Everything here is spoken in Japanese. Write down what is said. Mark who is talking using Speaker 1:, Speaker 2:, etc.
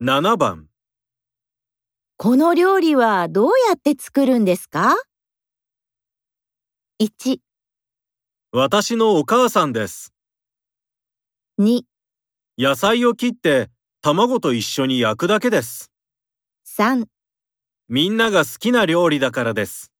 Speaker 1: 7番
Speaker 2: この料理はどうやって作るんですか ?1、
Speaker 1: 私のお母さんです。
Speaker 2: 2、
Speaker 1: 野菜を切って卵と一緒に焼くだけです。
Speaker 2: 3
Speaker 1: みんなが好きな料理だからです。